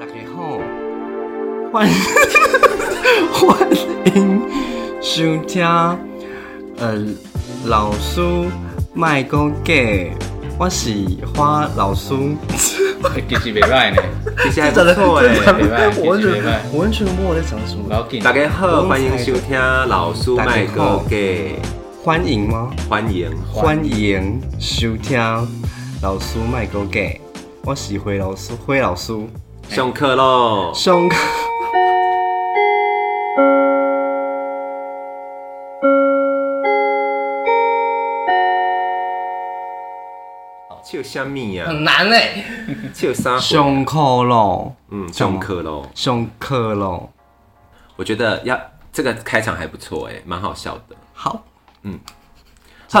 大家好，欢欢迎收听呃老师卖讲假，我是花老师。欸其实袂歹呢，其实还不错哎、真的别卖我完别全卖我完全不知道我在讲什不么。要紧。大家好，欢迎收听老苏麦哥给欢迎吗？欢迎。欢迎收听老师卖讲假，我是灰老师，灰老师上课喽！上课。笑什么呀？很难嘞、笑啥？上课咯，欸嗯，上课喽！上课咯，我觉得要这个开场还不错哎、蛮好笑的。好，好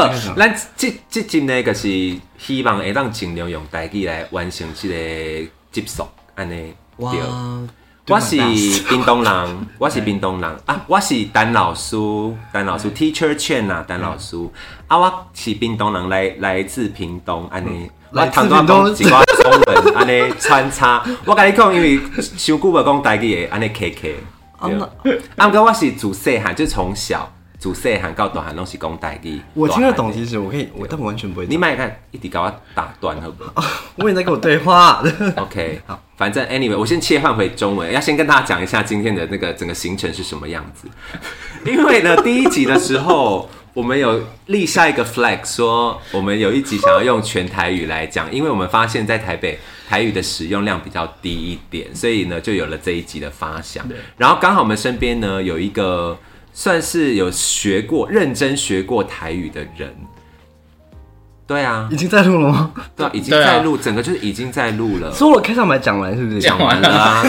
这个，咱这这集呢，就是希望会当尽量用台语来完成这个集数，安尼哇对。，我是冰 东人，我哎是冰东人啊，我是陈老师，陈老师 teacher Chen 啊，陈老师哎啊，我是冰东人，来来自屏东，安尼。我哦来自通屏常东讲一寡中 文，安尼穿插。我甲你讲，因为伤久无讲台语的，安尼 K K。啊对啊，毋过我是自细汉，就从小自细汉到大汉拢是讲台语。我听得懂，大汉的其实我可以，我但我完全不会。你莫看一直甲我打断，好不好？我也在跟我对话。 OK，好，反正 anyway，我先切换回中文，要先跟大家讲一下今天的那个整个行程是什么样 子。因为呢，第一集的时候，我们有立下一个 flag，说我们有一集想要用全台语来讲，因为我们发现在台北台语的使用量比较低一点，所以呢，就有了这一集的发想。然后刚好我们身边呢有一个算是有学过、认真学过台语的人。对啊已，经在录了吗？对啊，已经对啊在录，整个就是已经在录了。所以我开场白讲完是不是？讲完了啊，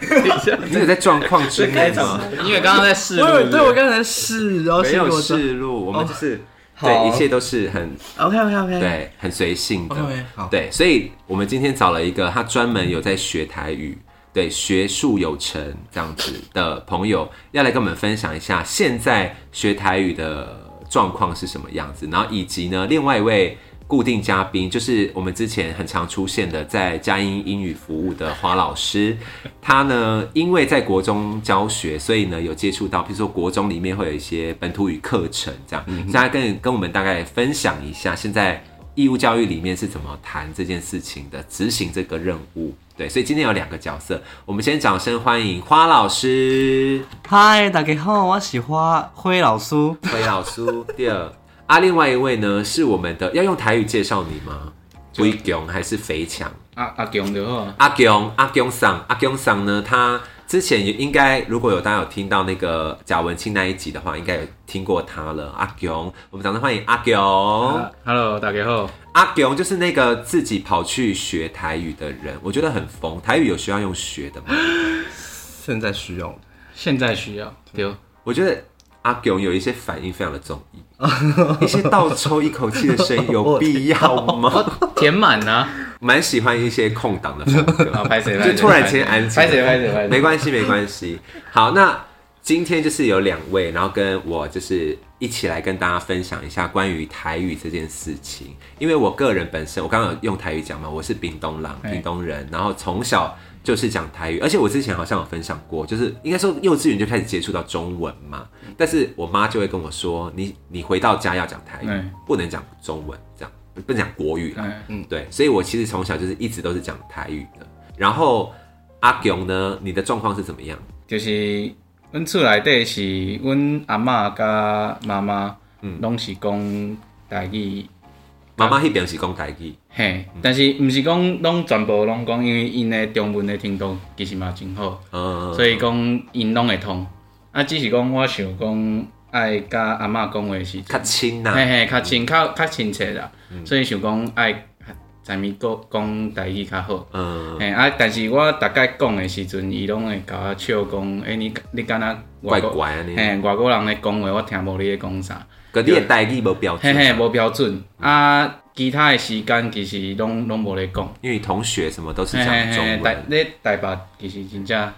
等一下，你有在状况之内吗？因为刚刚在试我以为录，对我刚才是，然后没是有我试录，我们就是好对，一切都是很 OK OK OK。，对，很随性的 OK，好。对，所以我们今天找了一个他专门有在学台语，对，学术有成这样子的朋友，要来跟我们分享一下现在学台语的状况是什么样子，然后以及呢，另外一位。固定嘉宾就是我们之前很常出现的，在佳音英语服务的华老师，他呢，因为在国中教学，所以呢有接触到，比如说国中里面会有一些本土语课程这样，所以他跟跟我们大概分享一下现在义务教育里面是怎么谈这件事情的，执行这个任务。对，所以今天有两个角色，我们先掌声欢迎花老师、嗨，大家好，我是花灰老师。回老师。第二 啊，另外一位呢是我们的，要用台语介绍你吗？微强还是肥强？啊阿阿强就好。阿强阿强桑阿强桑呢，他之前也应该如果有大家有听到那个贾文清那一集的话，应该有听过他了。阿强，我们掌声欢迎阿强。 Hello，大家好。阿强就是那个自己跑去学台语的人，我觉得很疯。台语有需要用学的吗？现在需要现在需要对，我觉得阿强有一些反应非常的综艺，一些倒抽一口气的声音有必要吗？填满 啊，蛮喜欢一些空档的风格。啊，拍谁？就突然间安静拍谁？拍谁？拍没谁？关系，没关系。好，那今天就是有两位，然后跟我就是一起来跟大家分享一下关于台语这件事情。因为我个人本身，我刚刚有用台语讲嘛，我是屏东人，哎屏东人，然后从小就是讲台语，而且我之前好像有分享过，就是应该说幼稚园就开始接触到中文嘛，但是我妈就会跟我说，你你回到家要讲台语哎，不能讲中文，这样不能讲国语啦。嗯对，所以我其实从小就是一直都是讲台语的。然后阿勇呢，你的状况是怎么样？就是阮厝内底是阮阿嬷甲妈妈，嗯拢是讲台语。妈妈那边是讲台语，嘿，但是毋是讲拢全部拢讲，因为因的中文的程度其实嘛真好，嗯，啊所以讲因拢会通。啊，只是讲我想讲爱甲阿嬷讲话时较啊嗯阵，亲呐、嘿嘿，较亲较较亲切啦，所以想讲爱在咪讲讲台语较好。嗯，嘿啊，但是我大概讲的时阵，伊拢会甲我笑讲，诶、你你敢若怪怪安尼，嘿外国人咧讲话，我听无你咧讲啥。个你的台语无标嘿准，嘿，无标准。啊，其他的时间其实拢拢无咧讲。因为同学什么都是嘿讲嘿嘿中，台文。你台北其实真正，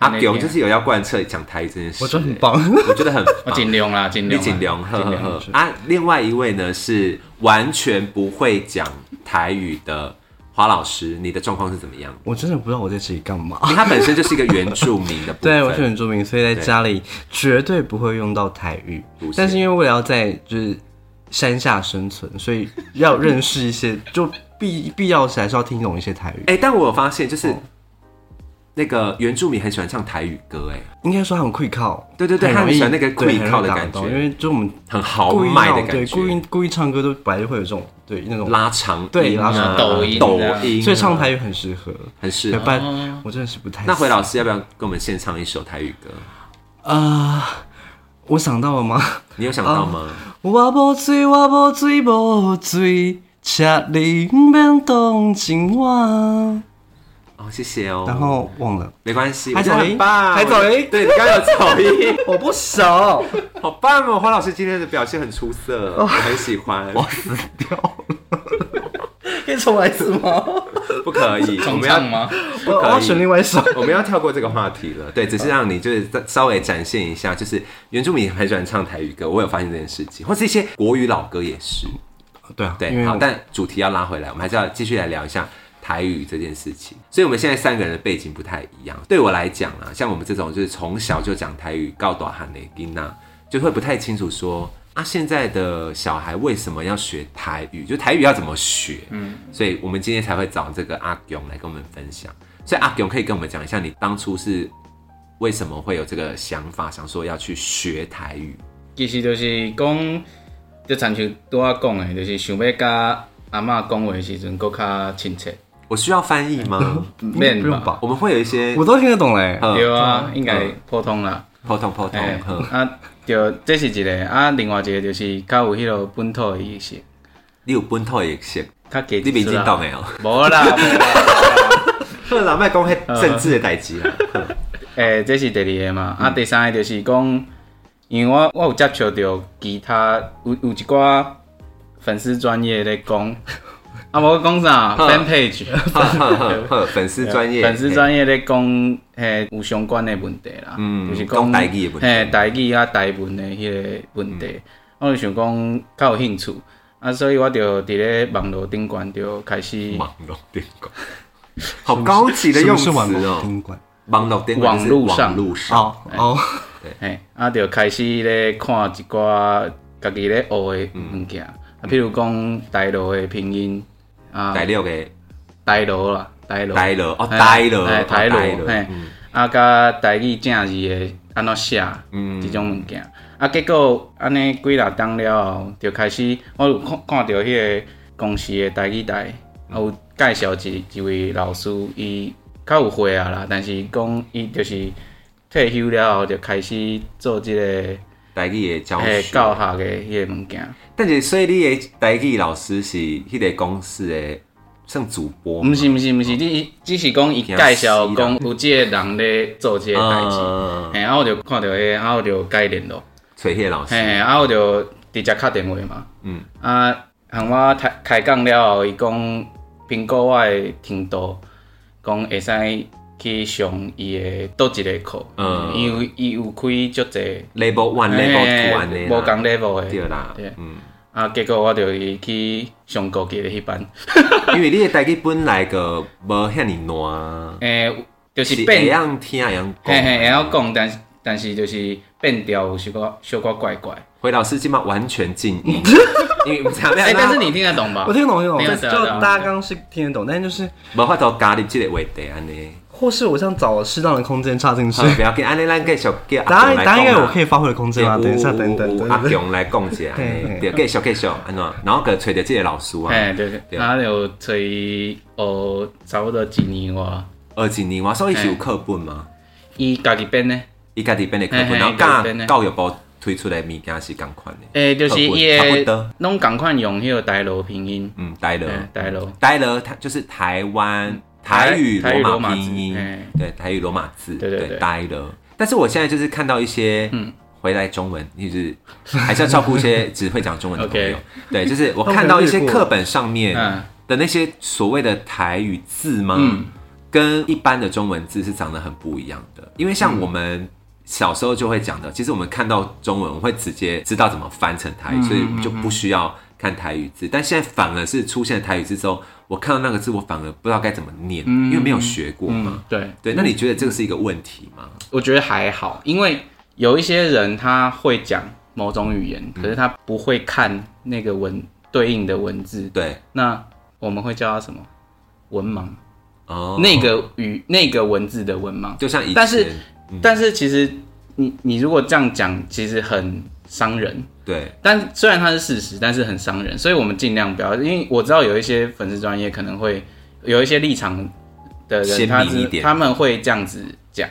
阿勇就是有要贯彻讲台语这件事，我觉得很棒。我觉得很我哦棒。尽量啦，尽你量啦，尽量，呵尽呵量呵。啊，另外一位呢是完全不会讲台语的华老师，你的状况是怎么 样？ 我真的不知道我在这里干嘛。因为它本身就是一个原住民的部分，对，我是原住民，所以在家里绝对不会用到台语不。是但是因为为了要在就是山下生存，所以要认识一些，就必必要时还是要听懂一些台语。哎、但我有发现，就是、哦那个原住民很喜欢唱台语歌、哎，应该说很会靠，对对对很容易他很喜欢那个对 quick 很容易 call 的打感觉动因为就我们很豪故意迈的唱感对，故觉意，故意唱歌都本来就会有这种对那种，拉长对音拉啊长抖音抖这样音、啊，所以唱台语很适合。很适要合。不然我真的是不太那回老师要不要跟我们现唱一首台语歌？啊，我想到了吗？ 你有想到吗？我无醉，我无醉，无醉，请你免同情我。哦，谢谢哦。然后忘了，没关系，还我觉得走音很棒，还走音对你刚刚有走音，我不熟，好棒哦！花老师今天的表现很出色，哦我很喜欢。可以重来一次吗？不可以，我重们要唱吗？我我要选另外一首。 我们要跳过这个话题了，对，只是让你就是稍微展现一下，就是原住民很喜欢唱台语歌，我有发现这件事情，或是一些国语老歌也是，对啊，因对，为好我，但主题要拉回来，我们还是要继续来聊一下台语这件事情。所以我们现在三个人的背景不太一样，对我来讲啊，像我们这种就是从小就讲台语告短喊的囡娜，就会不太清楚说。啊，现在的小孩为什么要学台语？就台语要怎么学？嗯，所以我们今天才会找这个阿勇来跟我们分享。所以阿勇可以跟我们讲一下，你当初是为什么会有这个想法，想说要去学 台语？其实就是讲，就亲像拄我讲的，就是想要甲阿嬷讲话的时阵，搁较亲切，我需要翻译 吗？免不用吧？吧，我们会有一些我都听得懂嘞。嗯对啊，应该普通啦。普通普通，哎嗯，啊，就这是一个啊，另外一个就是较有迄个本土的意识，你有本土的色，较加你民进党的？的哦。无啦，无啦好啦，莫讲迄政治的代志啦。诶、这是第二个嘛，啊，第三个就是讲，因为我我有接触到其他有有一寡粉丝专业咧讲，啊，无讲啥 fan page，呵呵呵呵粉丝专业，粉丝专业咧讲，嘿，有相关的问题啦，嗯就是讲台语的问题嘿，嗯台语啊，台文的迄个问题，啊我就想讲较有兴趣，啊，所以我就伫咧网络顶悬就开始业网络电管，好高级的用词是不是网络哦。宾馆。网络电管就是网络上网络上，哦哦，嘿，啊，就开始咧看一寡家己咧学诶嗯物件，啊，譬如讲大陆诶拼音啊，第六个大陆啦，大陆，呆了哦，嘿呆了，嘿哦大陆，嘿呆了，啊，甲台语正字诶安怎写，嗯即种物件，啊，结果安尼几若当了后，就开始我有看看到迄个公司诶台语台，嗯啊，有介绍一一位老师，伊较有会啊啦，但是讲伊就是退休了后就开始做即、个。台语的教诶，学。教学嘅迄个物件，但是所以你的台语老师是迄个公司的算主播吗，毋是毋是毋是，你只是讲伊介绍讲有即个人咧做即个代志，啊嗯，嘿，啊我就看到迄，啊我就改联络，找迄个老嘿，师，啊我就直接敲电话嘛，嗯，啊，向我开开讲了后，伊讲评估我的程度，讲会使去上伊的倒一个课，嗯伊有伊有开足济 level one level two 安尼啦，无共 level 对的，啦对，嗯。啊，结果我就去上高级的迄班。 因为你的台语本来个无遐尼烂，诶、就是是会变，样听会样嘿讲。嘿，会晓讲，但是但是就是变调有小可小可怪怪。回老师今晚完全静 音，因为我们常诶、常哎但是你听得懂吧？我听得懂，听听得懂，得懂就听得懂大家刚刚是听得懂，但就是无法度加入这个话题安尼。或是我想找适当的空间插进去好，， 不要紧，安尼咱继续叫答阿案强来答案应该讲有啦可以。发挥的空间吧？有等一下，有等等有哦等阿等。强来讲一下，嘿对，继续继续，安怎？然后个找着这个老师嘿啊，对对，对然后就找伊学差不多一年外，二几年我所以是有课本嘛，伊家己编呢，伊家己编的课本，嘿嘿然后他教自己编的教育部推出来的物件是共款的。诶、就是伊课本差不多的拢共款用迄个台罗拼音，嗯，诶、呆了。台罗，呆了，它就是台湾台台语嗯台语罗罗马马拼字音哎，对，台语罗马字，对对对嗯呆了。但是我现在就是看到一些，回来中文，就是 还是要照顾一些只会讲中文的朋友 OK。对，就是我看到一些课本上面嗯的那些所谓的台语字吗？跟一般的中文字是长得很不一样的，因为嗯像我们。小时候就会讲的，其实我们看到中文，我们会直接知道嗯怎么翻成台语，所以就不需要看台语字。但现在反而是出现台语字之后，我看到那个字，我反而不知道该怎么念，因为没有学过嘛。嗯，对，对，那你觉得这个是一个问题吗？我觉得还好，因为有一些人他会讲某种语言，可是他不会看那个文对应的文字，对，那我们会叫他什么？文盲，哦，那个语那个文字的文盲。就像以前，但是但是其实你你如果这样讲，其实很伤人。对，但虽然它是事实，但是很伤人，所以我们尽量不要，因为我知道有一些粉丝专业可能会有一些立场的鲜人，明他一是点他们会这样子讲。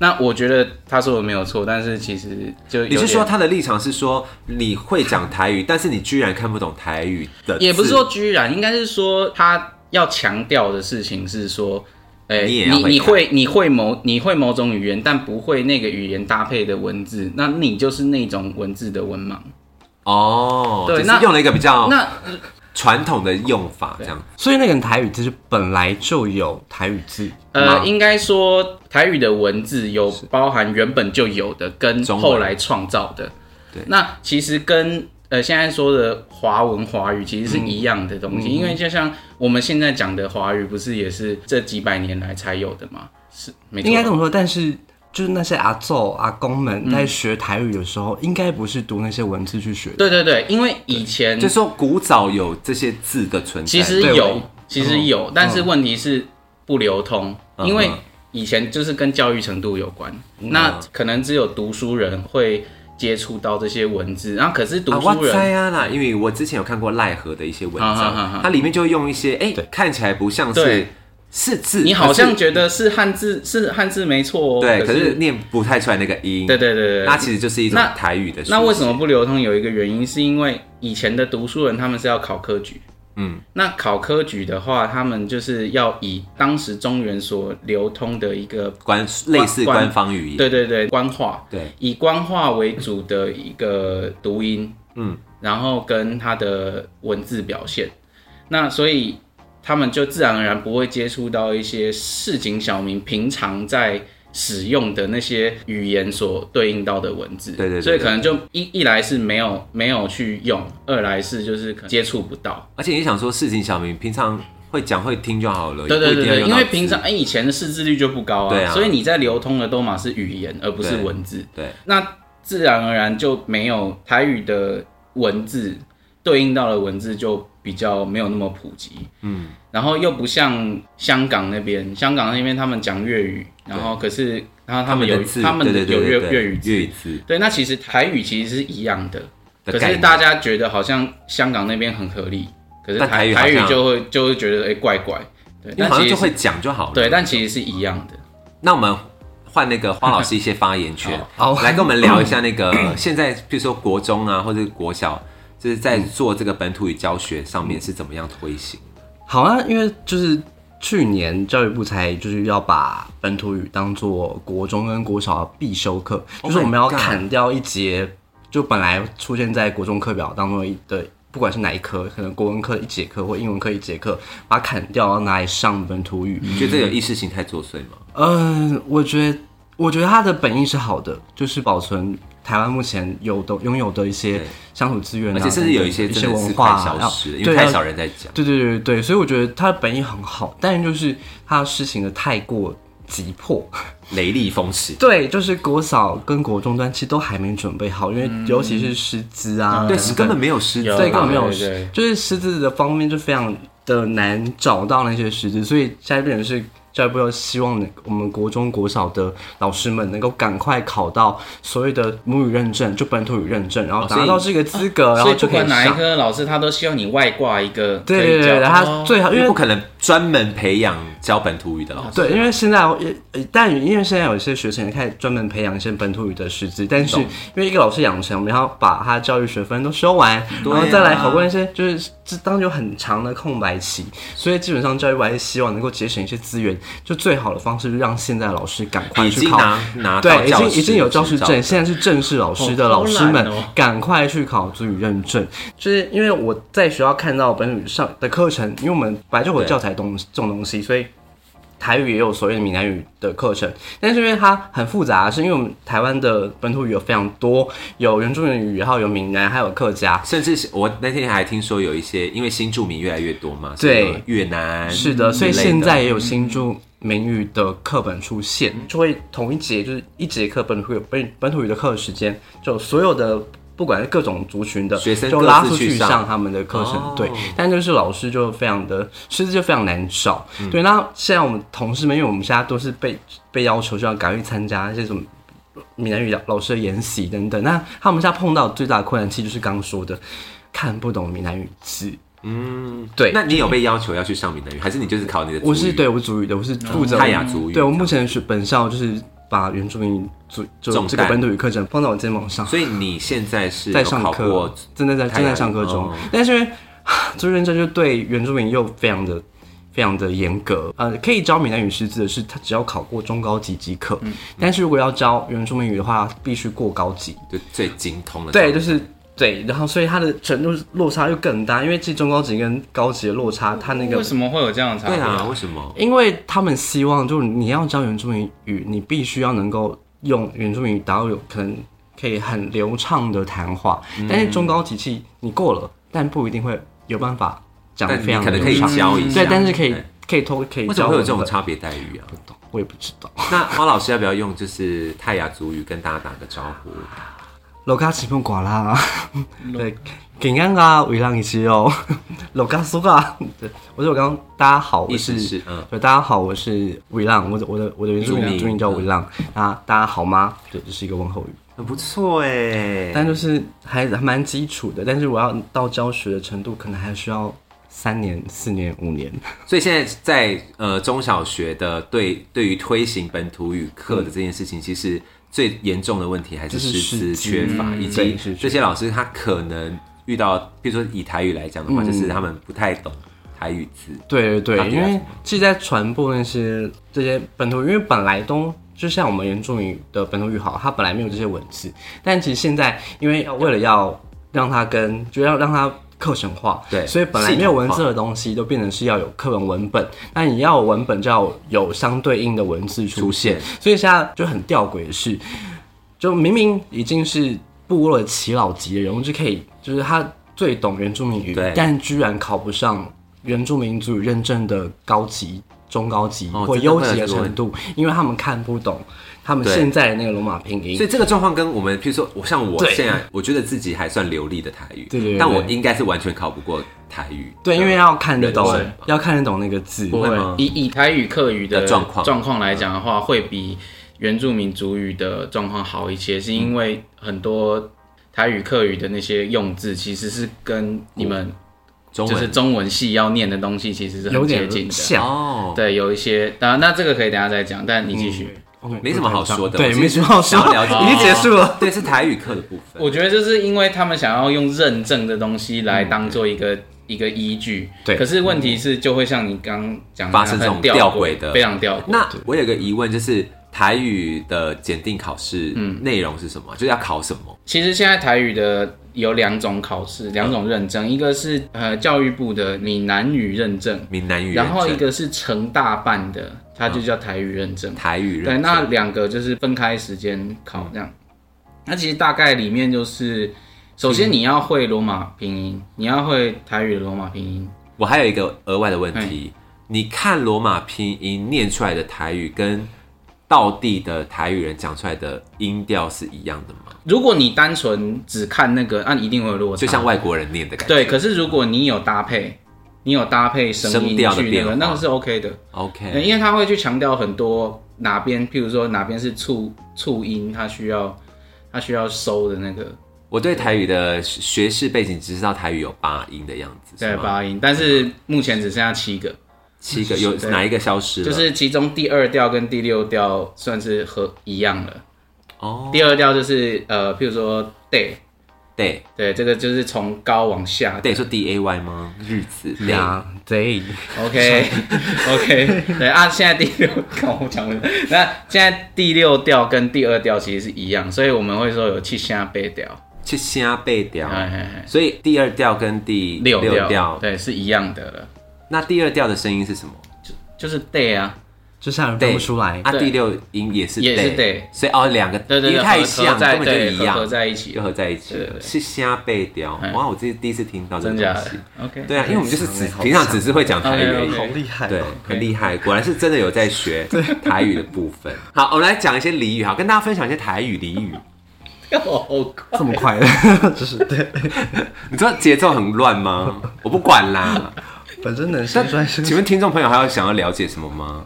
那我觉得他说的没有错，但是其实就有你是点说他的立场是说你会讲台语，但是你居然看不懂台语的字，也不是说居然，应该是说他要强调的事情是说，哎、你也要你会你看会你会某你会某种语言，但不会那个语言搭配的文字，那你就是那种文字的文盲。哦，对只是那用了一个比较那传统的用法这样。所以那个台语字是本来就有台语字，呃，吗应该说台语的文字有包含原本就有的，跟中文后来创造的。对那其实跟呃现在说的华文华语其实是一样的东西，嗯因为就像我们现在讲的华语，不是也是这几百年来才有的吗？是，没错吧。应该这么说，但是。就是那些阿祖阿公们嗯在学台语的时候，应该不是读那些文字去学的。对对对，因为以前就说古早有这些字的存在，嗯其实对有我，其实有，但是问题是不流通，嗯因为嗯以前就是跟教育程度有关，那可能只有读书人会接触到这些文字，然后可是读啊，哇书塞人，呀啦！因为我之前有看过奈何的一些文啊啊啊章啊，它里面就会用一些哎对，看起来不像是对是字，你好像可是觉得是汉字，是汉字没错哦，对，可是是念不太出来那个音。对对对对那对。其实就是一种那台语的书写。那为什么不流通？有一个原因，是因为以前的读书人他们是要考科举，嗯，那考科举的话，他们就是要以当时中原所流通的一个官类似官官方语言？对对对，官话，对，以官话为主的一个读音，嗯，然后跟它的文字表现，那所以他们就自然而然不会接触到一些市井小民平常在使用的那些语言所对应到的文字，对对对所以可能就一一来是没有没有去用，二来是就是可能接触不到，而且你想说市井小民平常会讲会听就好了，对哦也对不对一定要对，用因到为字平常哎、以前的识字率就不高对啊所以你在流通的都嘛是语言而不是对文字，对那自然而然就没有台语的文字对应到的文字就比较没有那么普及，嗯，然后又不像香港那边，香港那边他们讲粤语，然后可是然后他们有的字，他们对对有对粤对对粤语粤字语，字对，那其实台语其实是一样的，的可概是念大家觉得好像香港那边很合理，可是但台台语台好语像就会就会觉得哎、怪怪，对，因为但好其像实就是会讲就好了。对，但其实是一样的。那我们换那个花老师一些发言权 好来跟我们聊一下那个 现在，比如说国中啊，或者是国小，就是在做这个本土语教学上面是怎么样推行？好啊，因为就是去年教育部才就是要把本土语当做国中跟国小的必修课， Oh 就是我们要 my God 砍掉一节，就本来出现在国中课表当中的，不管是哪一科，可能国文课一节课或英文课一节课，把它砍掉，然后拿来上本土语。你觉得这有意识形态作祟吗？嗯，我觉得，我觉得它的本意是好的，就是保存台湾目前有的拥有的一些对乡土资源、啊，而且甚至有一些一些真的文是化快啊消失，因对为太要少人在讲。对对对对，所以我觉得他的本意很好，但就是他事情的太过急迫。 雷厉风行。对，就是国小跟国中端其实都还没准备好，因为嗯尤其是师资啊，对，等是等根本没有师资，有对根本没有啊对对，就是师资的方面就非常的难找到那些师资，所以现在变成是。教育部又希望能我们国中、国小的老师们能够赶快考到所谓的母语认证，就本土语认证，然后所以拿到这个资格，然哦所后以不就可管以哪一上。科老师，他都希望你外挂一个可以对对对，教对他哦最好，因因为为不可能专门培养教本土语的老师。对，因为现在也，呃但因为现在有一些学生也开始专门培养一些本土语的师资，但是因为一个老师养成，我们要把他教育学分都修完，对然啊后再来考过一些，就是这当中有很长的空白期，所以基本上教育部还是希望能够节省一些资源，就最好的方式就是让现在的老师赶快已啊去经考。拿拿到对，已教经师已经有教师执照证，现在是正式老师的老师好们偷懒哦，赶快去考主语认证。就是因为我在学校看到本语上的课程，因为我们本来就有对教材东这种东西，所以台语也有所谓的闽南语的课程，但是因为它很复杂，是因为我们台湾的本土语有非常多，有原住民语，然后有闽南，还有客家，甚至是我那天还听说有一些，因为新住民越来越多嘛，对所以有越南是的，所以之类的现在也有新著名语的课本出嗯现，就会同一节就是一节课本会有本本土语的课时间，就所有的不管是各种族群的学生就各拉自出去去上上他们的课程，哦对，但就是老师就非常的师资就非常难找，嗯对，那现在我们同事们，因为我们现在都是被被要求就要赶快参加一些什么。闽南语老老师的研习等等，那他们现在碰到最大的困难，其实就是刚说的看不懂闽南语字。嗯，对。那你有被要求要去上闽南语，还是你就是考你的族语？嗯我是对我主语的，我是负责泰雅族语对我目前是本校就是把原住民族就重这个担本土语课程放到我肩膀上，所以你现在是在有上考课过，正在在泰正雅在上课中哦，但是因为啊朱认真就对原住民又非常的。非常的严格，呃，可以教闽南语师资的是，他只要考过中高级即嗯可。但是如果要教原住民语的话，必须过高级。就最精通的。对，就是对，然后所以它的程度落差又更大，因为这中高级跟高级的落差，它那个为什么会有这样的差对别？啊，为什么？因为他们希望，就是你要教原住民语，你必须要能够用原住民语达到有可能可以很流畅的谈话。嗯但是中高级气你过了，但不一定会有办法讲得但非你常可能可流以畅。教一下，对，但是可以对可以偷可以为什么教会我有这种们的差别待遇啊？ 我也不知道。那花老师要不要用就是泰雅族语跟大家打个招呼？楼卡起碰寡 啦，对，平安啊，维浪一起哦， 楼卡 苏啊，对，我是我刚刚大家好，我意思是是嗯，对，大家好，我是维浪，我的我的我的原住维民浪原住民叫维浪，嗯那大家好吗？对，这是一个问候语。很不错哎。但就是还还蛮基础的，但是我要到教学的程度，可能还需要三年、四年、五年。所以现在在呃中小学的对对于推行本土语课的这件事情，其实最严重的问题还是就是师师资资缺乏，嗯以对及是缺这些老师他可能遇到，比如说以台语来讲嗯的话，就是他们不太懂台语字，对对到对，底因要为什么其实在传播那些这些本土，因为本来都就像我们原住民的本土语好，它本来没有这些文字，但其实现在因为为了要让它跟就要让它。课程化，对所以本来没有文字的东西都变成是要有课文文本，那你要有文本就要有相对应的文字出出现现，所以现在就很吊诡的是，就明明已经是部落的耆老级的人物，就可以就是他最懂原住民语对，但居然考不上原住民族语认证的高级、中高级、哦或真的优会有级的这个问程度，因为他们看不懂他们对现在的那个罗马拼音所。以这个状况跟我们，譬如说我像我对现在，我觉得自己还算流利的台语，对对对但我对应该是完全考不过台语，对，因为要看得懂人生，要看得懂那个字。不会吗？以以台语、客语的嗯的状嗯况状况来讲的话，会比原住民族语的状况好一些，是因为很多台语、客语的那些用字其实是跟你们中就是文中文系要念的东西其实是有很接点近的。像哦，对，有一些，当然那这个可以等一下再讲，但你继续。 ，OK，没什么好说的，对，我其实没什么好说想要了，解哦已经结束了。对，是台语课的部分。我觉得就是因为他们想要用认证的东西嗯来当做一个、一个依据，对可是问题是，就会像你刚讲的发生这种很吊诡诡的非常吊诡。那我有个疑问，就是台语的检定考试内容是什嗯么？就是要考什么？其实现在台语的有两种考试，两种认证，一个是呃教育部的闽南语认证，闽南语认证，嗯然后一个是成大办的，它就叫台语认证。台语对，认证。那两个就是分开时间考这样。那其实大概里面就是，首先你要会罗马拼音，你要会台语的罗马拼音，我还有一个额外的问题，你看罗马拼音念出来的台语跟道地的台语人讲出来的音调是一样的吗？如果你单纯只看那个，那、你一定会有落差。就像外国人念的感觉。啊对，可是如果你有搭配，你有搭配声音声调的去那变个，化哎那个是 OK 的， ，OK，因为他会去强调很多哪边，譬如说哪边是促促音，他需要他需要收的那个我对台语的学士背景只知道台语有八音的样子，对是吗？八音，但是目前只剩下七个，七个有对哪一个消失了？就是其中第二调跟第六调算是和一样了。哦，第二调就是呃，譬如说 day，对对，这个就是从高往下对，说 D A Y 吗？日子对呀，对， OK OK，对啊，现在第六， 看我讲不出来那现在第六调跟第二调其实是一样，所以我们会说有七下八调，去瞎背调。哎哎哎，所以第二调跟第六调，对，是一样的了，那第二调的声音是什么？就是 day 啊，就像人分不出来。啊，对第六音也是也是对对，所以哦，两个对对对因为太合合像，在根本就对一样，合合在一起又合在一起对了，对是虾背雕。嗯哇，我这是第一次听到这真个假东的哎西。 ？OK，对啊，因为我们就是只哎好长平常只是会讲台语而已 OK，OK 好厉害哦对，很厉害，果然是真的有在学台语的部分。好，我们来讲一些俚语，好，跟大家分享一些台语俚语。 哦，这么 快的，就是对，你知道节奏很乱 吗？我不管啦。反正能但生出来是 请问听众朋友还有想要了解什么吗？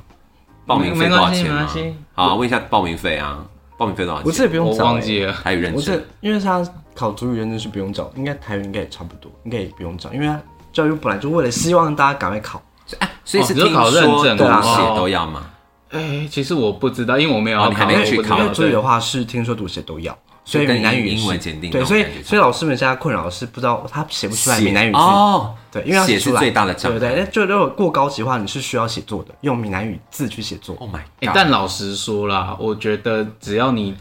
报名费没多少关系钱没吗关系？好，问一下报名费啊，报名费多少我这钱？也不用我找、忘记欸。了。台语认我这证，因为他考主语认证是不用找，应该台语应该也差不多，应该也不用找，因为他教育部本来就为了希望大家赶快考。哎，所以是哦你说听考认说证啊读哦写都要吗？哎，其实我不知道，因为我没有哦要你还考，没我去不知考道因为主语的对话是听说读写都要，所以就跟闽南语也英是文鉴定那对，种所以感觉所以老师们现在困扰是不知道他啊写不出来写闽南语字，哦，对，因为要写出是来最大的障对对对。碍。那就如果过高级的话，你是需要写作的，用闽南语字去写作。 Oh my 哎 god！但老实说啦，我觉得只要你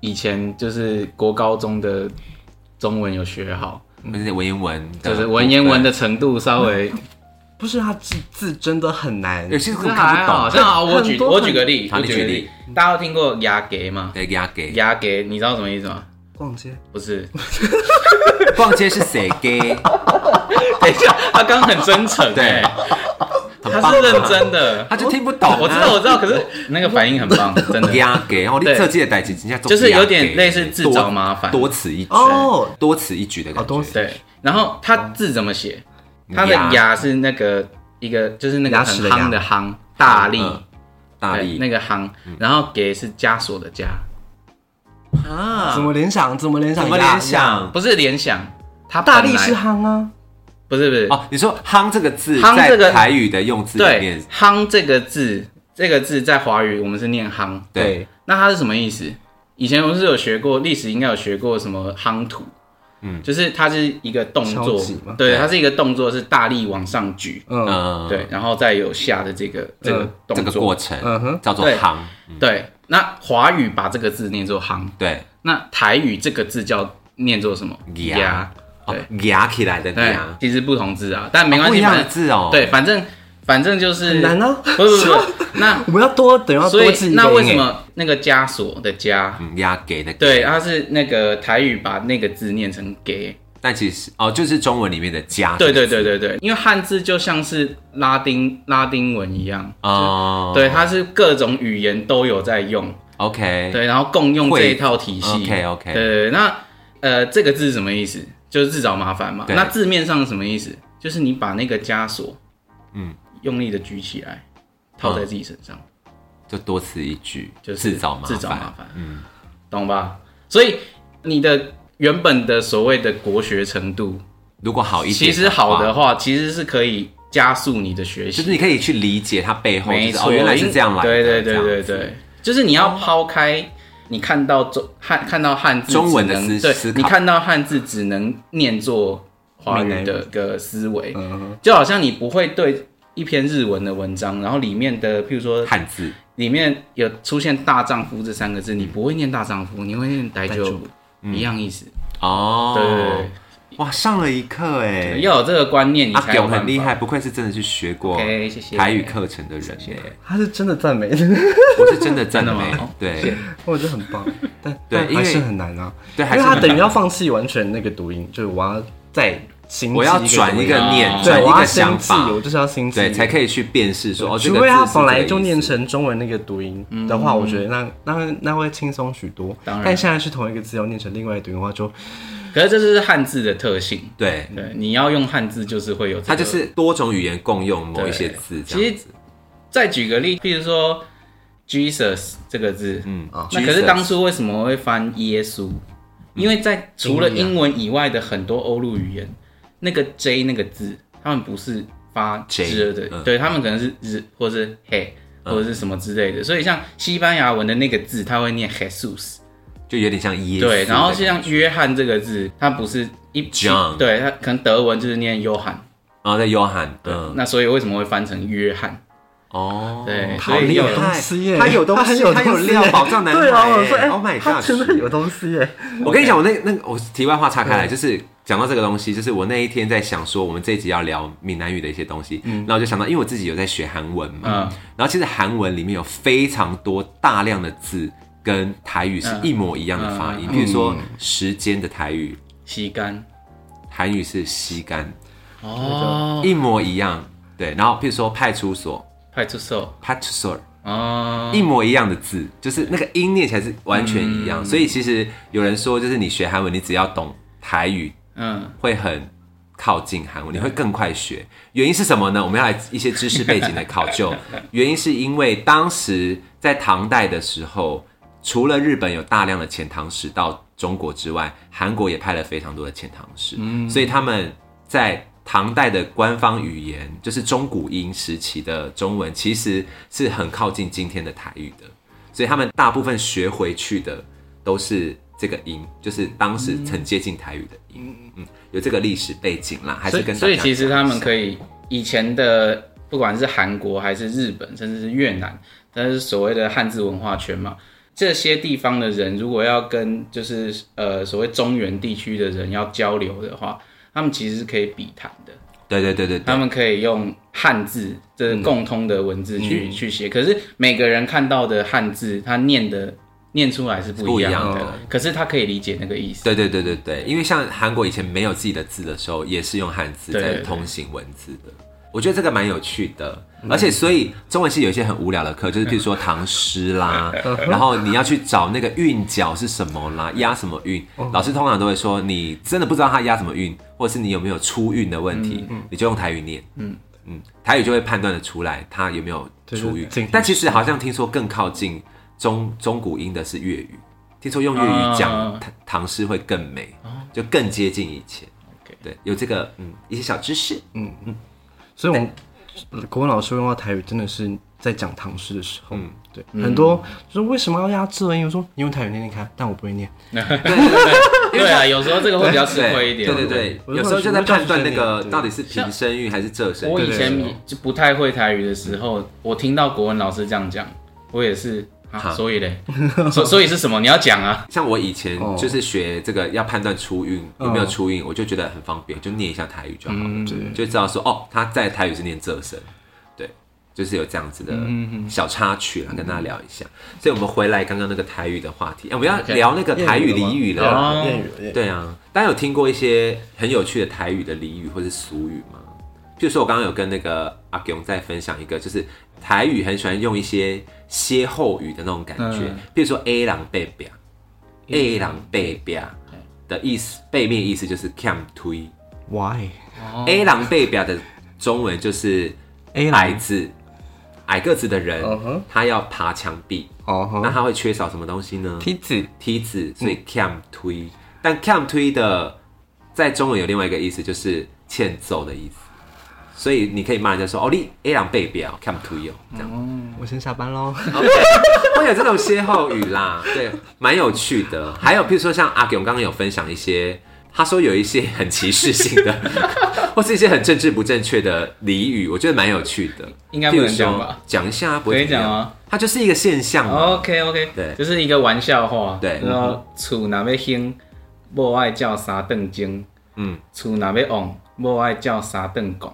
以前就是国高中的中文有学好，就是文言文的部就分，是文言文的程度稍微，不是他字字真的很难啊有，些是这看还不懂好。。像好，我举很多我举个例，好我你举个举例例，大家有听过牙给吗？对，哎给他给。牙给，你知道什么意思吗？逛街不是， 逛街是谁给？等一下，他刚刚很真诚，对哎，很他棒是啊认真的，他就听不懂啊。我知道，我知道，可是那个反应很棒，真的。压给，然后你对特技的代际，人家就是有点类似自找麻烦多此一举，哦多此一举的感哦多觉。此对，然后他字怎么写？他的牙牙是那个一个，就是那个牙很齿的夯牙的夯，大力，嗯大对，力那个夯，然后给是枷锁的枷，啊怎么联想？怎么联想？怎么联？想？不是联想，他大力是士夯啊，不是不是，哦，你说“夯”这个字夯在这个台语的用字里对面，，夯这个字，这个字在华语我们是念夯，对，那它是什么意思？以前我们是有学过历史，应该有学过什么夯土，嗯就是它是一个动敲作击吗，对，对它是一个动作，是大力往上举，嗯嗯，对，然后再有下的这个这个动这作，个过程嗯哼叫做对“夯嗯对。那华语把这个字念作夯”，，对，那台语这个字叫念作什么？牙牙，哦对压起来的对压，，其实不同字啊，但没关不系，一样反的正字哦。对，，反正反正就是很难啊。 不不不不，那我们要多等于要所多以记一个那为音什欸么那个枷锁的枷？嗯，压给的对，，它是那个台语把那个字念成给，但其实哦，就是中文里面的“加”。对对对对对，因为汉字就像是拉丁拉丁文一样，哦，对，它是各种语言都有在用， ，OK，对，然后共用这一套体系。 ，OK，OK 对对，对那呃，这个字是什么意思？就是自找麻烦嘛。对那字面上是什么意思？就是你把那个枷锁，嗯，用力的举起来，套在自己身上，就多此一举，就是自找麻烦，自找麻烦嗯，懂吧？所以你的原本的所谓的国学程度，如果好一点，其实好的，话，其实是可以加速你的学习。就是你可以去理解它背后，没就是错，哦，原来是这样来的。对对对这样对子对，就是你要抛开你看到中汉看到汉字中文的只能思思对，考你看到汉字只能念作华闽南语语的一个思维，嗯，就好像你不会对一篇日文的文章，然后里面的譬如说汉字里面有出现“大丈夫”这三个字，你不会念“大丈夫”，你会念“呆大丈就”，一样意思。嗯哦，对对哇，上了一课对，哎，要有这个观念，你阿才有狗办法很厉害，。不愧是真的去学过 OK，谢谢台语课程的人哎，他是真的 赞美，我是真的真的真的吗没哦谢对谢我觉得很棒， 但对但因为还是很难啊，对，因还为是他等于要很放弃完全那个读音，就是我要再新我要记转一个读音念，对，转我一要个新想记，法我，就是要新记，对，才可以去辨识说哦，这除个非他字是本来这个就意念思嗯成中文那个读音的话，我觉得那那那会轻松许多。当然但现在是同一个字要念成另外一个读音的话，就可是这就是汉字的特性，对，对，你要用汉字就是会有这个。它就是多种语言共用某对一些字，这样其实再举个例，譬如说 Jesus 这个字，嗯啊，那可是当初为什么会翻耶稣？因为在除了英文以外的很多欧陆语言，那个 J 那个字，他们不是发 J，之的，嗯对他们可能是日或是 he 或者是什么之类的，所以像西班牙文的那个字，它会念 Jesus，就有点像耶稣的对，感觉，然后像约翰这个字，它不是一 John 对，它可能德文就是念 Johann，然哦后在约翰，对，嗯，那所以为什么会翻成约翰？哦，对，好所以厉有害东西耶他有东 他西很有他有东西料耶宝藏 难对啊，买我说耶哎 Oh my 他 gosh 真的有东西耶，嗯我跟你讲，我那那个我题外话岔开来，就是讲到这个东西，就是我那一天在想说，我们这一集要聊闽南语的一些东西，然后我就想到，因为我自己有在学韩文嘛，嗯然后其实韩文里面有非常多大量的字跟台语是一模一样的发嗯音，比如说时间的台语，吸干韩语是吸干，哦，一模一样。对，然后譬如说派出所派出所派出所哦，一模一样的字，就是那个音念起来是完全一嗯样。所以其实有人说，就是你学韩文，你只要懂台语，嗯，会很靠近韩文，你会更快学。原因是什么呢？我们要来一些知识背景的考究。原因是因为当时在唐代的时候，除了日本有大量的遣唐使到中国之外，韩国也派了非常多的遣唐使，所以他们在。唐代的官方语言就是中古英时期的中文，其实是很靠近今天的台语的，所以他们大部分学回去的都是这个音，就是当时曾接近台语的音。嗯有这个历史背景啦，嗯还所是以跟所以其实他们以可以以前的不管是韩国还是日本，甚至是越南，但是所谓的汉字文化圈嘛。这些地方的人如果要跟就是呃所谓中原地区的人要交流的话，他们其实是可以比谈的。对对对对他对，们可以用汉字这共通的文字嗯去、去写，可是每个人看到的汉字，他念的念出来是不一样不一的，样的可是他可以理解那个意思。对对对对对，因为像韩国以前没有自己的字的时候，也是用汉字对对在对通行文字的。我觉得这个蛮有趣的，而且所以中文系有一些很无聊的课，就是比如说唐诗啦，然后你要去找那个韵脚是什么啦，押什么韵，老师通常都会说你真的不知道他押什么韵，或者是你有没有出韵的问题，你就用台语念，嗯嗯，台语就会判断的出来他有没有对出对韵对进。但其实好像听说更靠近中中古音的是粤语，听说用粤语讲啊哦唐唐诗会更美，就更接近以前。 OK 对，有这个嗯一些小知识，所以我们呃国文老师用到台语，真的是在讲唐诗的时候，对，很多就是为什么要压制音？我说你用台语念念看，但我不会念，对啊，有时候这个会比较吃对亏一点。对对我就对，有时候就在判断那我个就到底是平声韵还是仄声韵。我以对前对对就不太会台语的时候，我听到国文老师这样讲，我也是哈啊，所以嘞，所所以是什么？你要讲啊，像我以前哦就是学这个要判断出韵有没有出韵，我就觉得很方便，就念一下台语就好嗯了，嗯对就知道说哦，他在台语是念仄声，对，就是有这样子的嗯小插曲啦，跟大家聊一下。所以我们回来刚刚那个台语的话题，哎我们要 OK 聊那个台语俚语啊了啦。哦谚语谚语对啊，大家有听过一些很有趣的台语的俚语或是俗语吗？譬如说，我刚刚有跟那个阿勇在分享一个，就是台语很喜欢用一些歇后语的那种感觉，嗯譬如说 A 郎被表，A 郎被表的意思，背面意思就是 cam 推、 ，why？ A 郎被表的中文就是，A 矮哦来，子，矮个子的人嗯哼他要爬墙壁，哦那哈，他会缺少什么东西呢？梯子，梯啊子，嗯所以 cam 推。但 cam 推的在中文有另外一个意思，就是欠揍的意思。所以你可以骂人家说：“哦，你 A 两背表 cam 推哦。”这嗯样、我先下班喽。会有这种歇后语 啦，对，蛮有趣的。还有譬如说像阿勇刚刚有分享一些，他说有一些很歧视性的， 或是一些很政治不正确的俚语，我觉得蛮有趣的。应该不能譬如说讲吧？讲一下啊，不可会以讲怎么样啊。哦它就是一个现象嘛。 OK OK，嗯对就是一个玩笑话，对然后厝若要兴，无爱叫三顿精，嗯，厝若要旺，无爱叫三顿拱，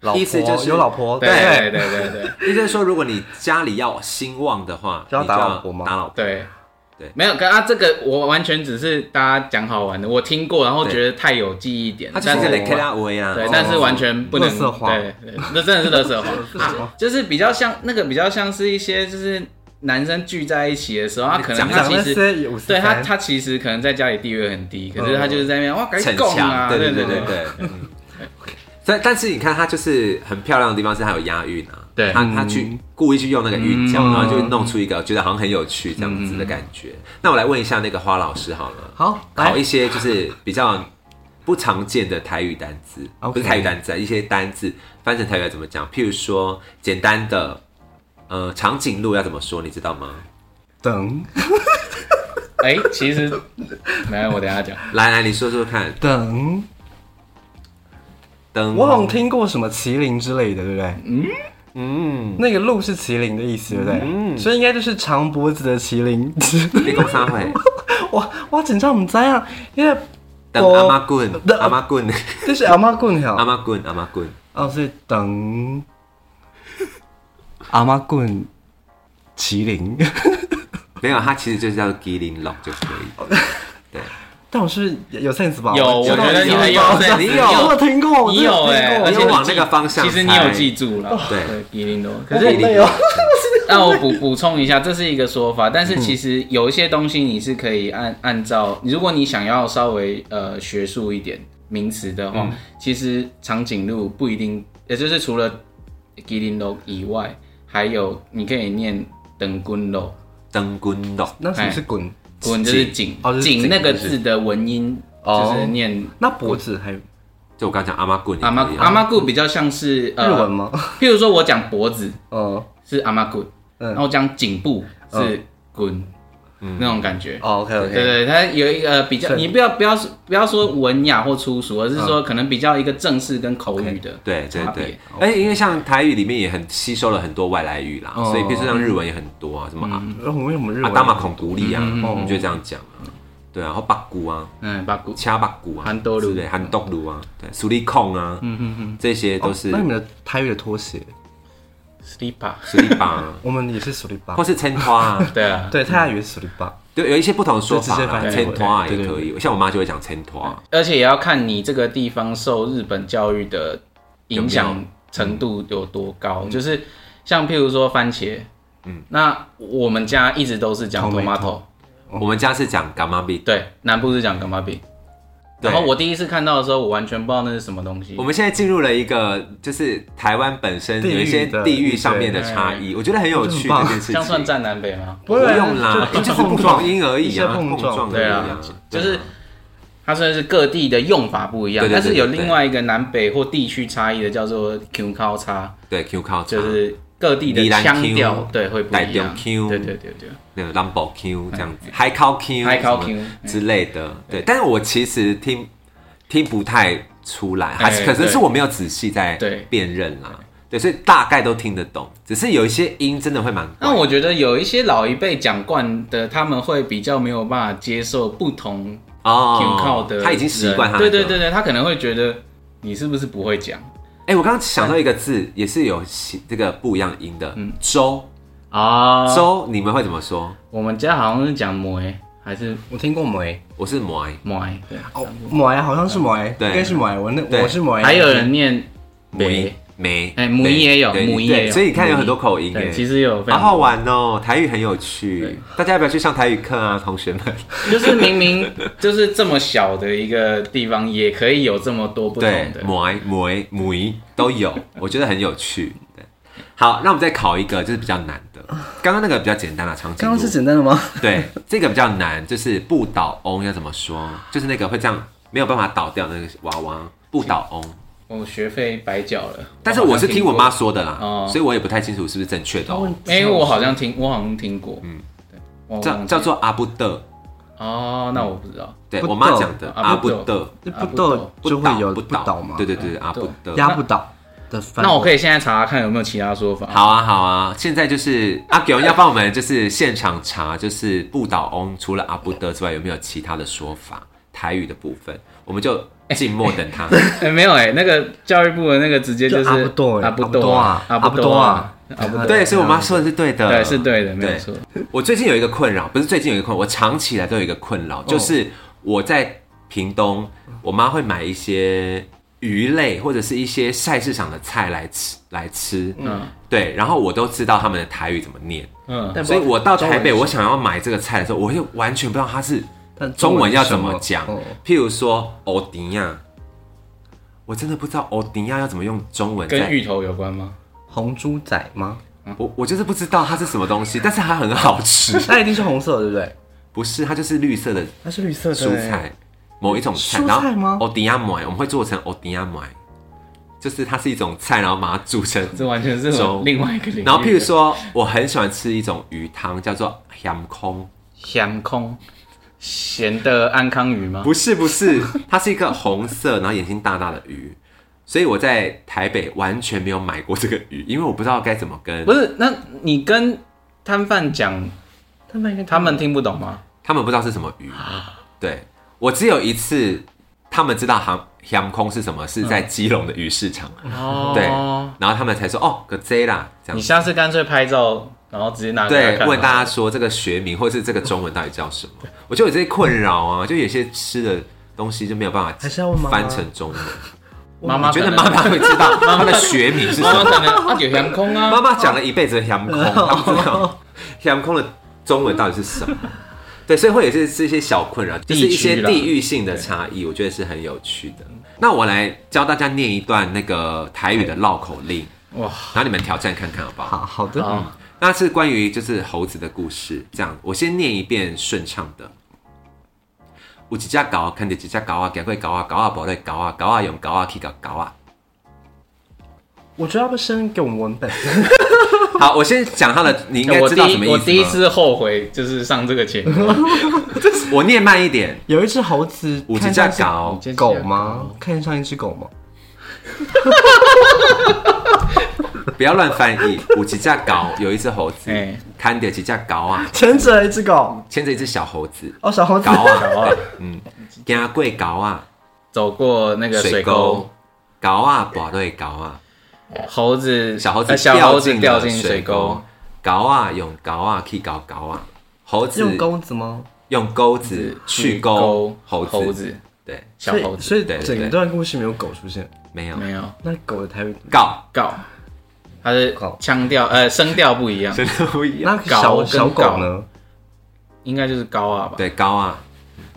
老意思婆就是有老婆，对对对对对意思就是说，如果你家里要兴旺的话，就要你打老婆吗打老婆，对对没有，可啊，这个我完全只是大家讲好玩的，我听过，然后对觉得太有记忆点，他就但是是个 K 我 R V 啊。对哦，但是完全不能垃圾话对，对那真的是乐色话，就是比较像那个比较像是一些就是男生聚在一起的时候，他可能讲他讲其那实些有对他，他其实可能在家里地位很低，可是他就是在那边哇，赶紧哦逞供强，啊，对对对对对，对对。嗯但但是你看，他就是很漂亮的地方是他有押韵啊，对他他去嗯故意去用那个韵脚，然后就弄出一个觉得好像很有趣这样子的感觉。那我来问一下那个花老师好了，好，考来一些就是比较不常见的台语单字， OK 不是台语单字，啊，一些单字翻成台语要怎么讲？譬如说简单的，呃，长颈鹿要怎么说？你知道吗？等哎，其 实没有，我等一下讲。来来，你说说看。等，灯，我好像听过什么麒麟之类的，对不对？嗯，那个鹿是麒麟的意思，对不对？所以应该就是长脖子的麒麟。 你讲啥会？我我真正唔知啊，因为等阿妈棍， 阿妈棍，这是阿妈棍 阿哦，妈棍，阿妈棍，哦是等阿妈棍麒麟， 没有，它其实就是叫麒麟龙就可以。对，但我是有 sense 吧？有知道我觉得你你很有吧 sense，你有我有听哦过，我你有哎、哎，而且你有你往记那个方向其实你有猜记住了，对比林多。可我好是，累哦， 那我补补充一下，这是一个说法，但嗯是其实有一些东西你是可以按按照，如果你想要稍微呃学术一点名词的嗯话，其实长颈鹿不一定，也就是除了吉林楼以外，还有你可以念等滚楼，灯棍龙，那什么是滚？滚就是颈哦就，是颈颈那个字的文音哦就是念那脖子还有就我刚讲阿妈棍也阿妈可以啊阿妈固比较像是哦日文呃，吗？譬如说我讲脖子，哦是阿妈滚，嗯嗯然后讲颈部是滚，那种感觉。 ，OK 对 OK，对，它有一个比较，是你不要不要不要说文雅或粗俗，而是说可能比较一个正式跟口语的。对对差别对，哦而且因为像台语里面也很吸收了很多外来语啦，哦所以比如说像日文也很多啊，什么啊然后为什么日啊文？大马孔古里啊，嗯嗯嗯你就这样讲啊，对啊，然后八姑啊，嗯，把骨掐八姑啊，韩多鲁对，韩多鲁啊，对，苏力控啊，嗯这些都是哦那你们的台语的拖鞋， slipper，苏力 棒啊，我们也是属于八或，是称花啊，对啊，对，泰雅语是属于八。对，有一些不同的说就直法接啦，翻译称 花对也对对可以，像我妈就会讲称花，啊而且也要看你这个地方受日本教育的影响程度有多高。就是像譬如说番茄，嗯，那我们家一直都是讲 Tomato tomato，我们家是讲干妈币，对，南部是讲 g a m a b i 对然后我第一次看到的时候，我完全不知道那是什么东西我。们现在进入了一个就是台湾本身有一些地域的地域上面的差异，我觉得很有我觉得很趣这棒件这事样算情。站南北吗？不不用啦，就就是不同音而已啊，碰碰撞撞对而已啊啊，就是它虽然是各地的用法不一样，对对但是有对对另外一个南北或地区差异的叫做 Q 交叉，对 Q 靠叉，就是各地的宜兰腔 Q，调啊对会不台一中样。 Q 对对对对，那个 Lambo Q 这样子，海考 Q、海考嗯 Q，嗯什么之类的，对。但是我其实听听不太出来，还是哎可是对是我没有仔细在对辨认啦，对，所以大概都听得懂，只是有一些音真的会蛮怪的。那我觉得有一些老一辈讲惯的，他们会比较没有办法接受不同哦 Q 靠的人，他已经习惯他，对对对。对，他可能会觉得你是不是不会讲哎、我刚刚想到一个字，也是有写这个不一样音的，周嗯啊周，你们会怎么说？我们家好像是讲摩耶还是我听过梅我是摩埃，摩耶对，哦，梅好像是梅，对应该是梅。我那对我是梅，还有人念梅北，梅，哎母音梅也有对母音对也有所以你看有很多口音哎对，，其实有非好常好玩哦，台语很有趣，大家要不要去上台语课啊，同学们？就是明明就是这么小的一个地方，也可以有这么多不同对的，。摩埃摩埃母音都 有，我觉得很有趣。对，好，那我们再考一个，就是比较难的。刚刚那个比较简单的场景，刚刚是简单的吗？ 对，这个比较难，就是不倒翁要怎么说？就是那个会这样没有办法倒掉那个娃娃，不倒嗯翁。我学费白缴了，但是我是听我妈说的啦，哦所以我也不太清楚是不是正确的、哦。好像听过， 因为哎我好像听，我好像听过，嗯，对，叫叫叫做阿布德，哦，那我不知道，对不倒我妈讲的阿阿布布德德，这啊不不斗斗就会有不不倒嘛？对对嗯对，阿布德。压不倒的翻。那我可以以现在查查看有没有其他说法。嗯好啊，好啊！现在就是阿九要帮我们就是现场查，就是不倒翁除了阿布德之外，有没有其他的说法？台语的部分，我们就静默等他。 哎，没有哎，那个教育部的那个直接就是就阿不多哎阿不多阿阿不不多多啊阿不多，对，所以我妈说的是对的，对是对的，没有对错。我最近有一个困扰，不是最近有一个困扰，我长期以来都有一个困哦扰，就是我在屏东，我妈会买一些鱼类或者是一些菜市场的菜来吃来吃，嗯对，然后我都知道他们的台语怎么念，嗯，但不所以我到台北，中文是我想要买这个菜的时候，我就完全不知道它是但中文要是什怎么讲哦，譬如说欧迪亚，我真的不知道欧迪亚要怎么用中文跟在芋头有关吗？红猪仔吗？，我我就是不知道它是什么东西，但是它很好吃那一定是红色的，对不对？不是，它就是绿色的它是绿色的蔬。菜，某一种菜，蔬然菜吗后欧迪亚麦，我们会做成欧迪亚麦，就是它是一种菜，然后把它煮成。 这完全是我粥另外一个领域。然后譬如说，我很喜欢吃一种鱼汤，叫做咸空，咸空，咸的安康鱼吗？不是不是， 它是一个红色，然后眼睛大大的鱼。所以我在台北完全没有买过这个鱼，因为我不知道该怎么跟不是，那你跟摊贩讲，他们应该他们听不懂吗？他们不知道是什么鱼。对我只有一次他们知道航航空是什么，是在基隆的鱼市场，哦对，然后他们才说哦，个 Z 啦，这样你子下次干脆拍照，然后直接拿给他对，看。啊问大家说这个学名或是这个中文到底叫什么？我就有这些困扰啊，就有些吃的东西就没有办法还是要问妈妈翻成中文。妈妈你觉得可能妈妈会知道它的学名是什妈妈可能么？啊有航空 啊，妈妈讲了一辈子的航空，她不知道航空的中文到底是什么。对，所以会有这这些小困扰，就是一地些区啦地域性的差异，我觉得是很有趣的。那我来教大家念一段那个台语的绕口令，哇，然后你们挑战看看好不好？好好的，好，那是关于就是猴子的故事，这样我先念一遍顺畅的。有一只狗，看到一只狗啊，行过狗啊，狗啊无咧狗啊，狗啊用狗啊去搞狗啊。 我觉得要不要先给我们文本？好，我先讲它的，你应该我知第道什么一意思我吗第一，次后悔就是上这个节 目，我念慢一点。有一只猴子，有一看只像是 狗，狗吗？看上一只狗吗？不要乱翻译。有一只狗，有一只猴子哎，看到一只狗啊，牵着一只狗，牵着一只小猴子，哦，小猴子狗， 啊，然后嗯，行过狗啊，走过那个水水沟沟，，狗啊跋对狗啊，猴子小猴子呃小猴子进掉了进水水沟沟，，狗啊用狗啊去搞狗啊，猴子用钩子吗？用钩子去钩钩猴猴子，子对，小猴子，所以所对以对整对段故事没有狗出现。没有没有那狗的台语，狗，告，它的告腔调呃声调不一样，真的不一样，那狗小啊跟小狗狗呢？应该就是高啊吧？对，高啊，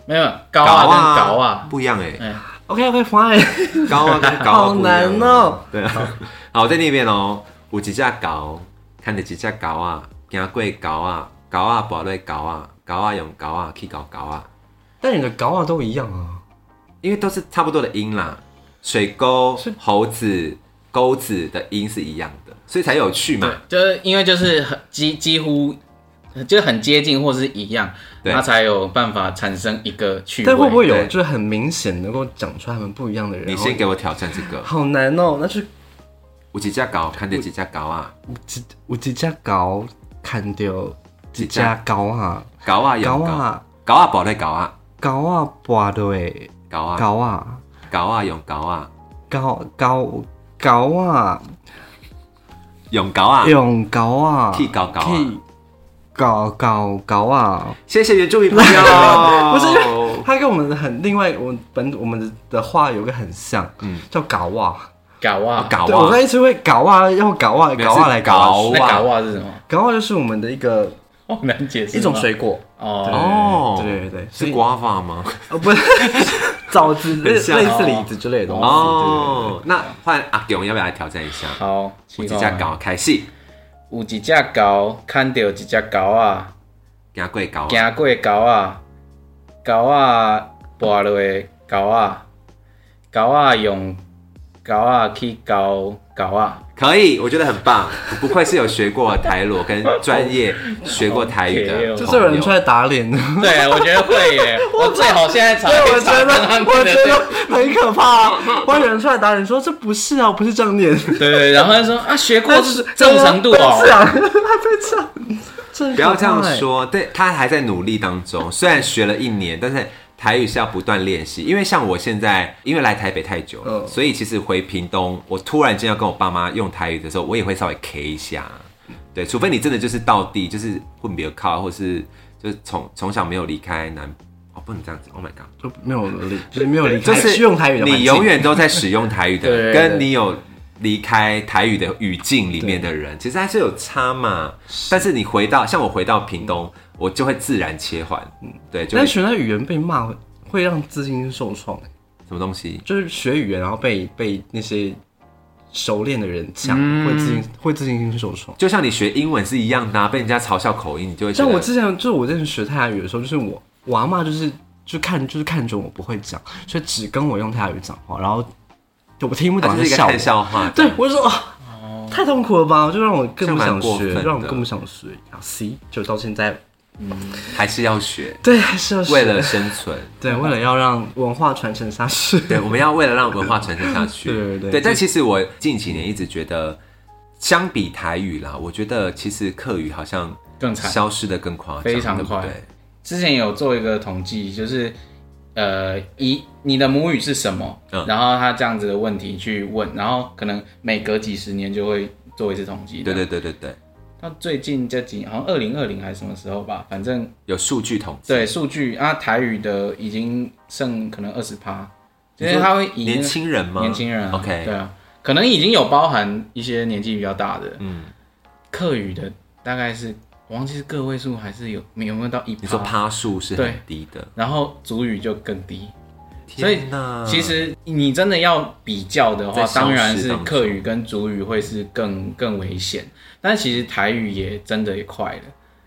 没有高啊跟狗高啊，不一样哎，哎， OK OK fine，高 啊跟高啊好不一样难哦。对啊，好，我在那边哦，有一只狗，看到一只狗啊，行过狗啊，狗啊跋落狗啊，狗啊用狗啊去搞狗啊，但你的狗啊都一样啊。因为都是差不多的音啦，水沟是、猴子、钩子的音是一样的，所以才有趣嘛对。，就是因为就是很几几乎就是很接近或是一样，对它才有办法产生一个趣味。但会不会有对就是很明显能够讲出他们不一样的人？你先给我挑战这个然后，好难哦，那是有一只狗，看到一只狗啊，几有几只狗看到几只狗啊？狗啊用狗狗，啊，狗啊跋落狗啊，狗啊，跋落的狗啊，狗啊，狗啊用狗啊，狗狗狗啊，用狗啊，用狗啊，去搞狗啊去搞搞狗啊！谢谢原住民朋友 。哦不是，它跟我们的很另外，我们本我们的话有个很像，嗯叫搞啊。搞啊，搞对，我啊刚，一直会搞啊，用搞啊，没有搞啊是来搞搞啊。那搞啊是什么？ 搞啊就是我们的一个好难解释吗。一种水果，哦，哦，对对对，所是以瓜法吗？哦不是 枣子类类像似李子之类的东西。哦，那换阿勇要不要来挑战一下？好，有几一只狗开始，有一只狗看到一只狗啊，行过狗啊，行过狗啊，狗啊跋落的狗啊，狗啊用狗啊去搞狗 啊，可以，我觉得很棒，不愧是有学过台罗跟专业学过台语的朋 友，对对对就是有人出来打 脸的。对，啊我觉得会 耶，我最好现在查对，我一查觉得看看我觉对得很可怕、啊。外人出来打脸说这不是啊，我不是这样 念，对对，然后他说啊，学过但是这种程 度被啊哦，抢，还被抢，真不要这样可怕欸。说，对他还在努力当中。虽然学了一年，但是台语是要不断练习。因为像我现在，因为来台北太久了，嗯所以其实回屏东，我突然间要跟我爸妈用台语的时候，我也会稍微 K 一下。对，除非你真的就是到地，就是混比较靠，或是就是从从小没有离开南，哦，不能这样子，Oh my god。就没有理，就是没有理，就还是是用台语的环境，你永远都在使用台语的对 对人，对跟你有离开台语的语境里面的人，其实还是有差嘛。但是你回到像我回到屏东，我就会自然切换，对，就但会学嗯那语言被骂会会让自信心受创欸、什么东西就是学语言然后被被那些熟练的人抢，嗯会自信会自信心受创。就像你学英文是一样的、啊，被人家嘲笑口音，你就会觉像得我之前就是我之前学泰雅语的时候，就是我我阿妈就是就看就是看准我不会讲，所以只跟我用泰雅语讲话，然后就我听不它懂她就是在一个笑我。看笑话。对，我就说啊，太痛苦了吧，就让我更不想这蛮过学分，的让我更不想学。然后 C 就到现在，还是要学，对，还是要学为了生存。对，为了要让文化传承下去。对，我们要为了让文化传承下去。 对对对但其实我近几年一直觉得，相比台语啦，我觉得其实客语好像更惨。消失的更夸张，非常对不快对之前有做一个统计，就是呃，一你的母语是什么？嗯然后他这样子的问题去问，然后可能每隔几十年就会做一次统计。对对对对对，到最近这几好像二零二零还是什么时候吧，反正有数据统计。对数据啊，台语的已经剩可能二十趴，就是你说他会以那年个轻人吗？年轻人、啊、 OK，对啊，可能已经有包含一些年纪比较大的，嗯，客语的大概是我忘记是个位数还是有有没有到一你说趴数是对很低的，然后主语就更低，所以天哪！其实你真的要比较的话在，消失当然是当中客语跟主语会是更更危险，但其实台语也真的也快了。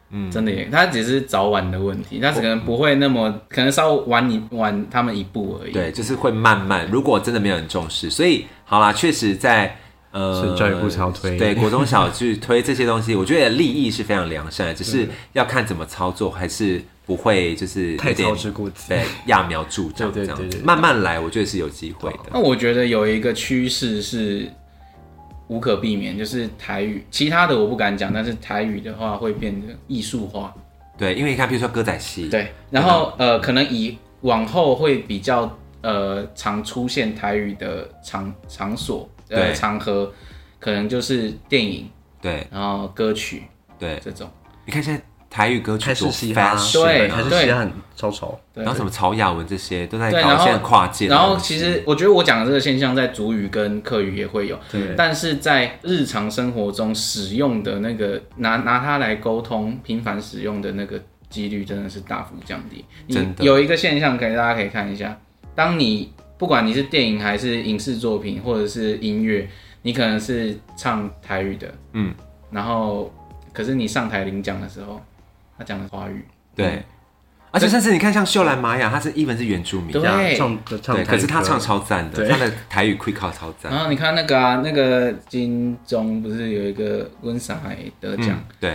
嗯，真的也，它只是早晚的问题，它只可能不会那么，可能稍微晚你晚他们一步而已。对，就是会慢慢。如果真的没有人重视，所以好啦，确实在呃是教育部超推对国中小去推这些东西，我觉得利益是非常良善的，只是要看怎么操作，还是不会就是太有点操之过急对，揠苗助长这对对样对子对，对慢慢来，我觉得是有机会的。那我觉得有一个趋势是无可避免，就是台语，其他的我不敢讲，但是台语的话会变得艺术化。对，因为你看，比如说歌仔戏，对，然后呃，可能以往后会比较呃常出现台语的场场所呃对场合，可能就是电影，对然后歌曲对，这种。你看现在台语歌曲还多是嘻哈， fashion 对啊还是嘻哈很超潮。对然后什么曹雅文这些都在对，搞然后现在跨界的然后东西其实我觉得我讲的这个现象在主语跟客语也会有，对但是在日常生活中使用的那个拿拿它来沟通，频繁使用的那个几率真的是大幅降低。你真的有一个现象，可以大家可以看一下，当你不管你是电影还是影视作品，或者是音乐，你可能是唱台语的，嗯，然后可是你上台领奖的时候，他讲的华语，对，而且甚至你看，像秀兰玛雅，她是一文是原住民，对呀唱唱台对，语歌，可是她唱超赞的，对她的台语 quick call 超赞然，后你看那个啊，那个金钟不是有一个温莎海得奖嗯，，对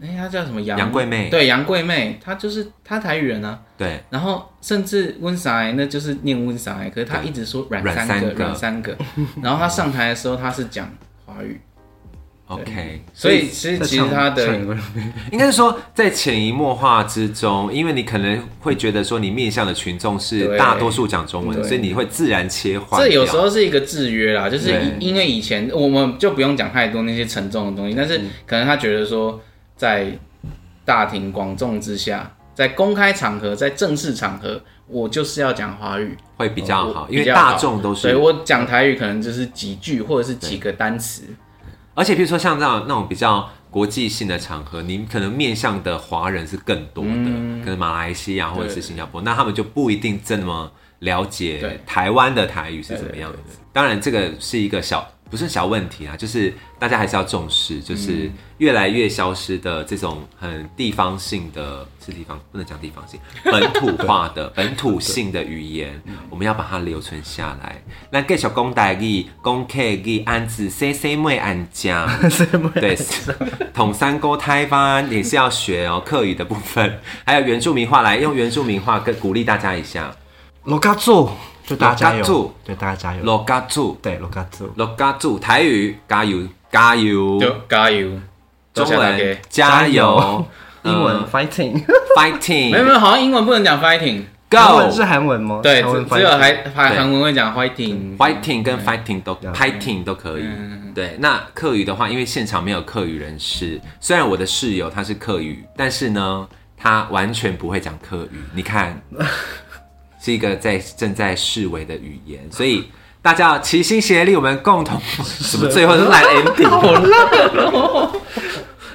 哎、她叫什么杨杨贵妹对，杨贵妹，她就是她台语人啊。对，然后甚至温莎海那就是念温莎海，可是她对一直说软阮三三个个软三个，然后她上台的时候她是讲华语， OK，所以其实在其实唱她的唱歌 应该是说在潜移默化之中，因为你可能会觉得说你面向的群众是对大多数讲中文，对所以你会自然切换掉。这有时候是一个制约啦，就是对因因为以前我们就不用讲太多那些沉重的东西，但嗯是可能他觉得说，在大庭广众之下，在公开场合，在正式场合，我就是要讲华语，会比较好，哦我因为比较好大众都对是，我讲台语可能就是几句或者是几个单词，而且比如说像这样那种比较。国际性的场合，你可能面向的华人是更多的，可能马来西亚或者嗯是对新加坡，那他们就不一定这么了解对台湾的台语是怎么样子。对对当然，这个是一个小不是小问题啊，就是大家还是要重视，就是嗯越来越消失的这种很地方性的，是地方不能讲地方性，本土化 的本土性的语言，我们要把它留存下来。那继续讲台语，讲客语，安子 C C 妹安 讲。对，统三沟台湾也是要学哦，客语的部分，还有原住民话来用原住民话跟鼓励大家一下。罗嘎住，就大家加罗嘎住油，对大家加嗯油。罗嘎住，对罗嘎住，罗嘎住，台语加油加油，就加油，嗯多中谢大文家加油，英文呃 fighting，没有没 fighting 有，好像英文不能讲 fighting， 韩文是 go。韩文吗？对，韩文只只有 fighting 还还对韩文会讲 fighting。 fighting 跟 fighting 都对 fighting 都可以嗯，对。那客语的话，因为现场没有客语人士，虽然我的室友他是客语，但是呢，他完全不会讲客语。你看，是一个在正在示威的语言，所以大家要齐心协力，我们共同什么最后都来 ending，好我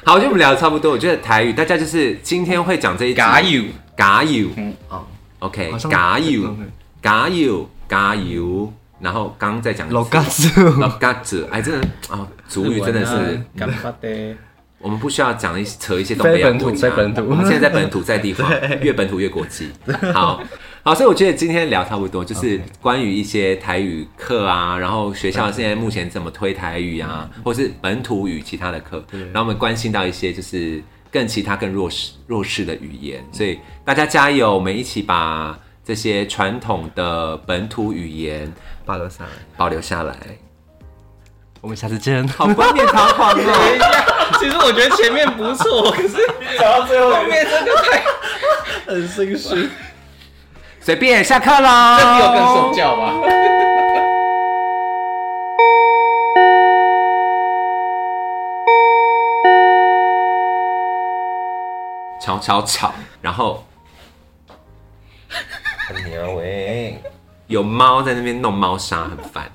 觉得我们聊的差不多。我觉得台语大家就是今天会讲这一集加油，嘎油，哦 OK，好像加油对对对，加油，加油。然后刚刚在讲罗嘎住，老嘎子，哎，真的啊，主语真的是，干巴的。我们不需要讲一扯一些东北亚非本土国家非本土我们现在在本土在地 方，越本土越国际。好好，所以我觉得今天聊差不多，就是关于一些台语课啊，然后学校现在目前怎么推台语啊，嗯或是本土语其他的课，然后我们关心到一些就是更其他更弱势弱势的语言，嗯所以大家加油，我们一起把这些传统的本土语言巴罗萨，保留 下来。我们下次见。好冠冕堂皇哦！ 其实我觉得前面不错，可是讲到最后，后面这个太很心虚。随便下课喽。这比我更受教吧。吵吵吵，然后鸟喂，有猫在那边弄猫砂，很烦。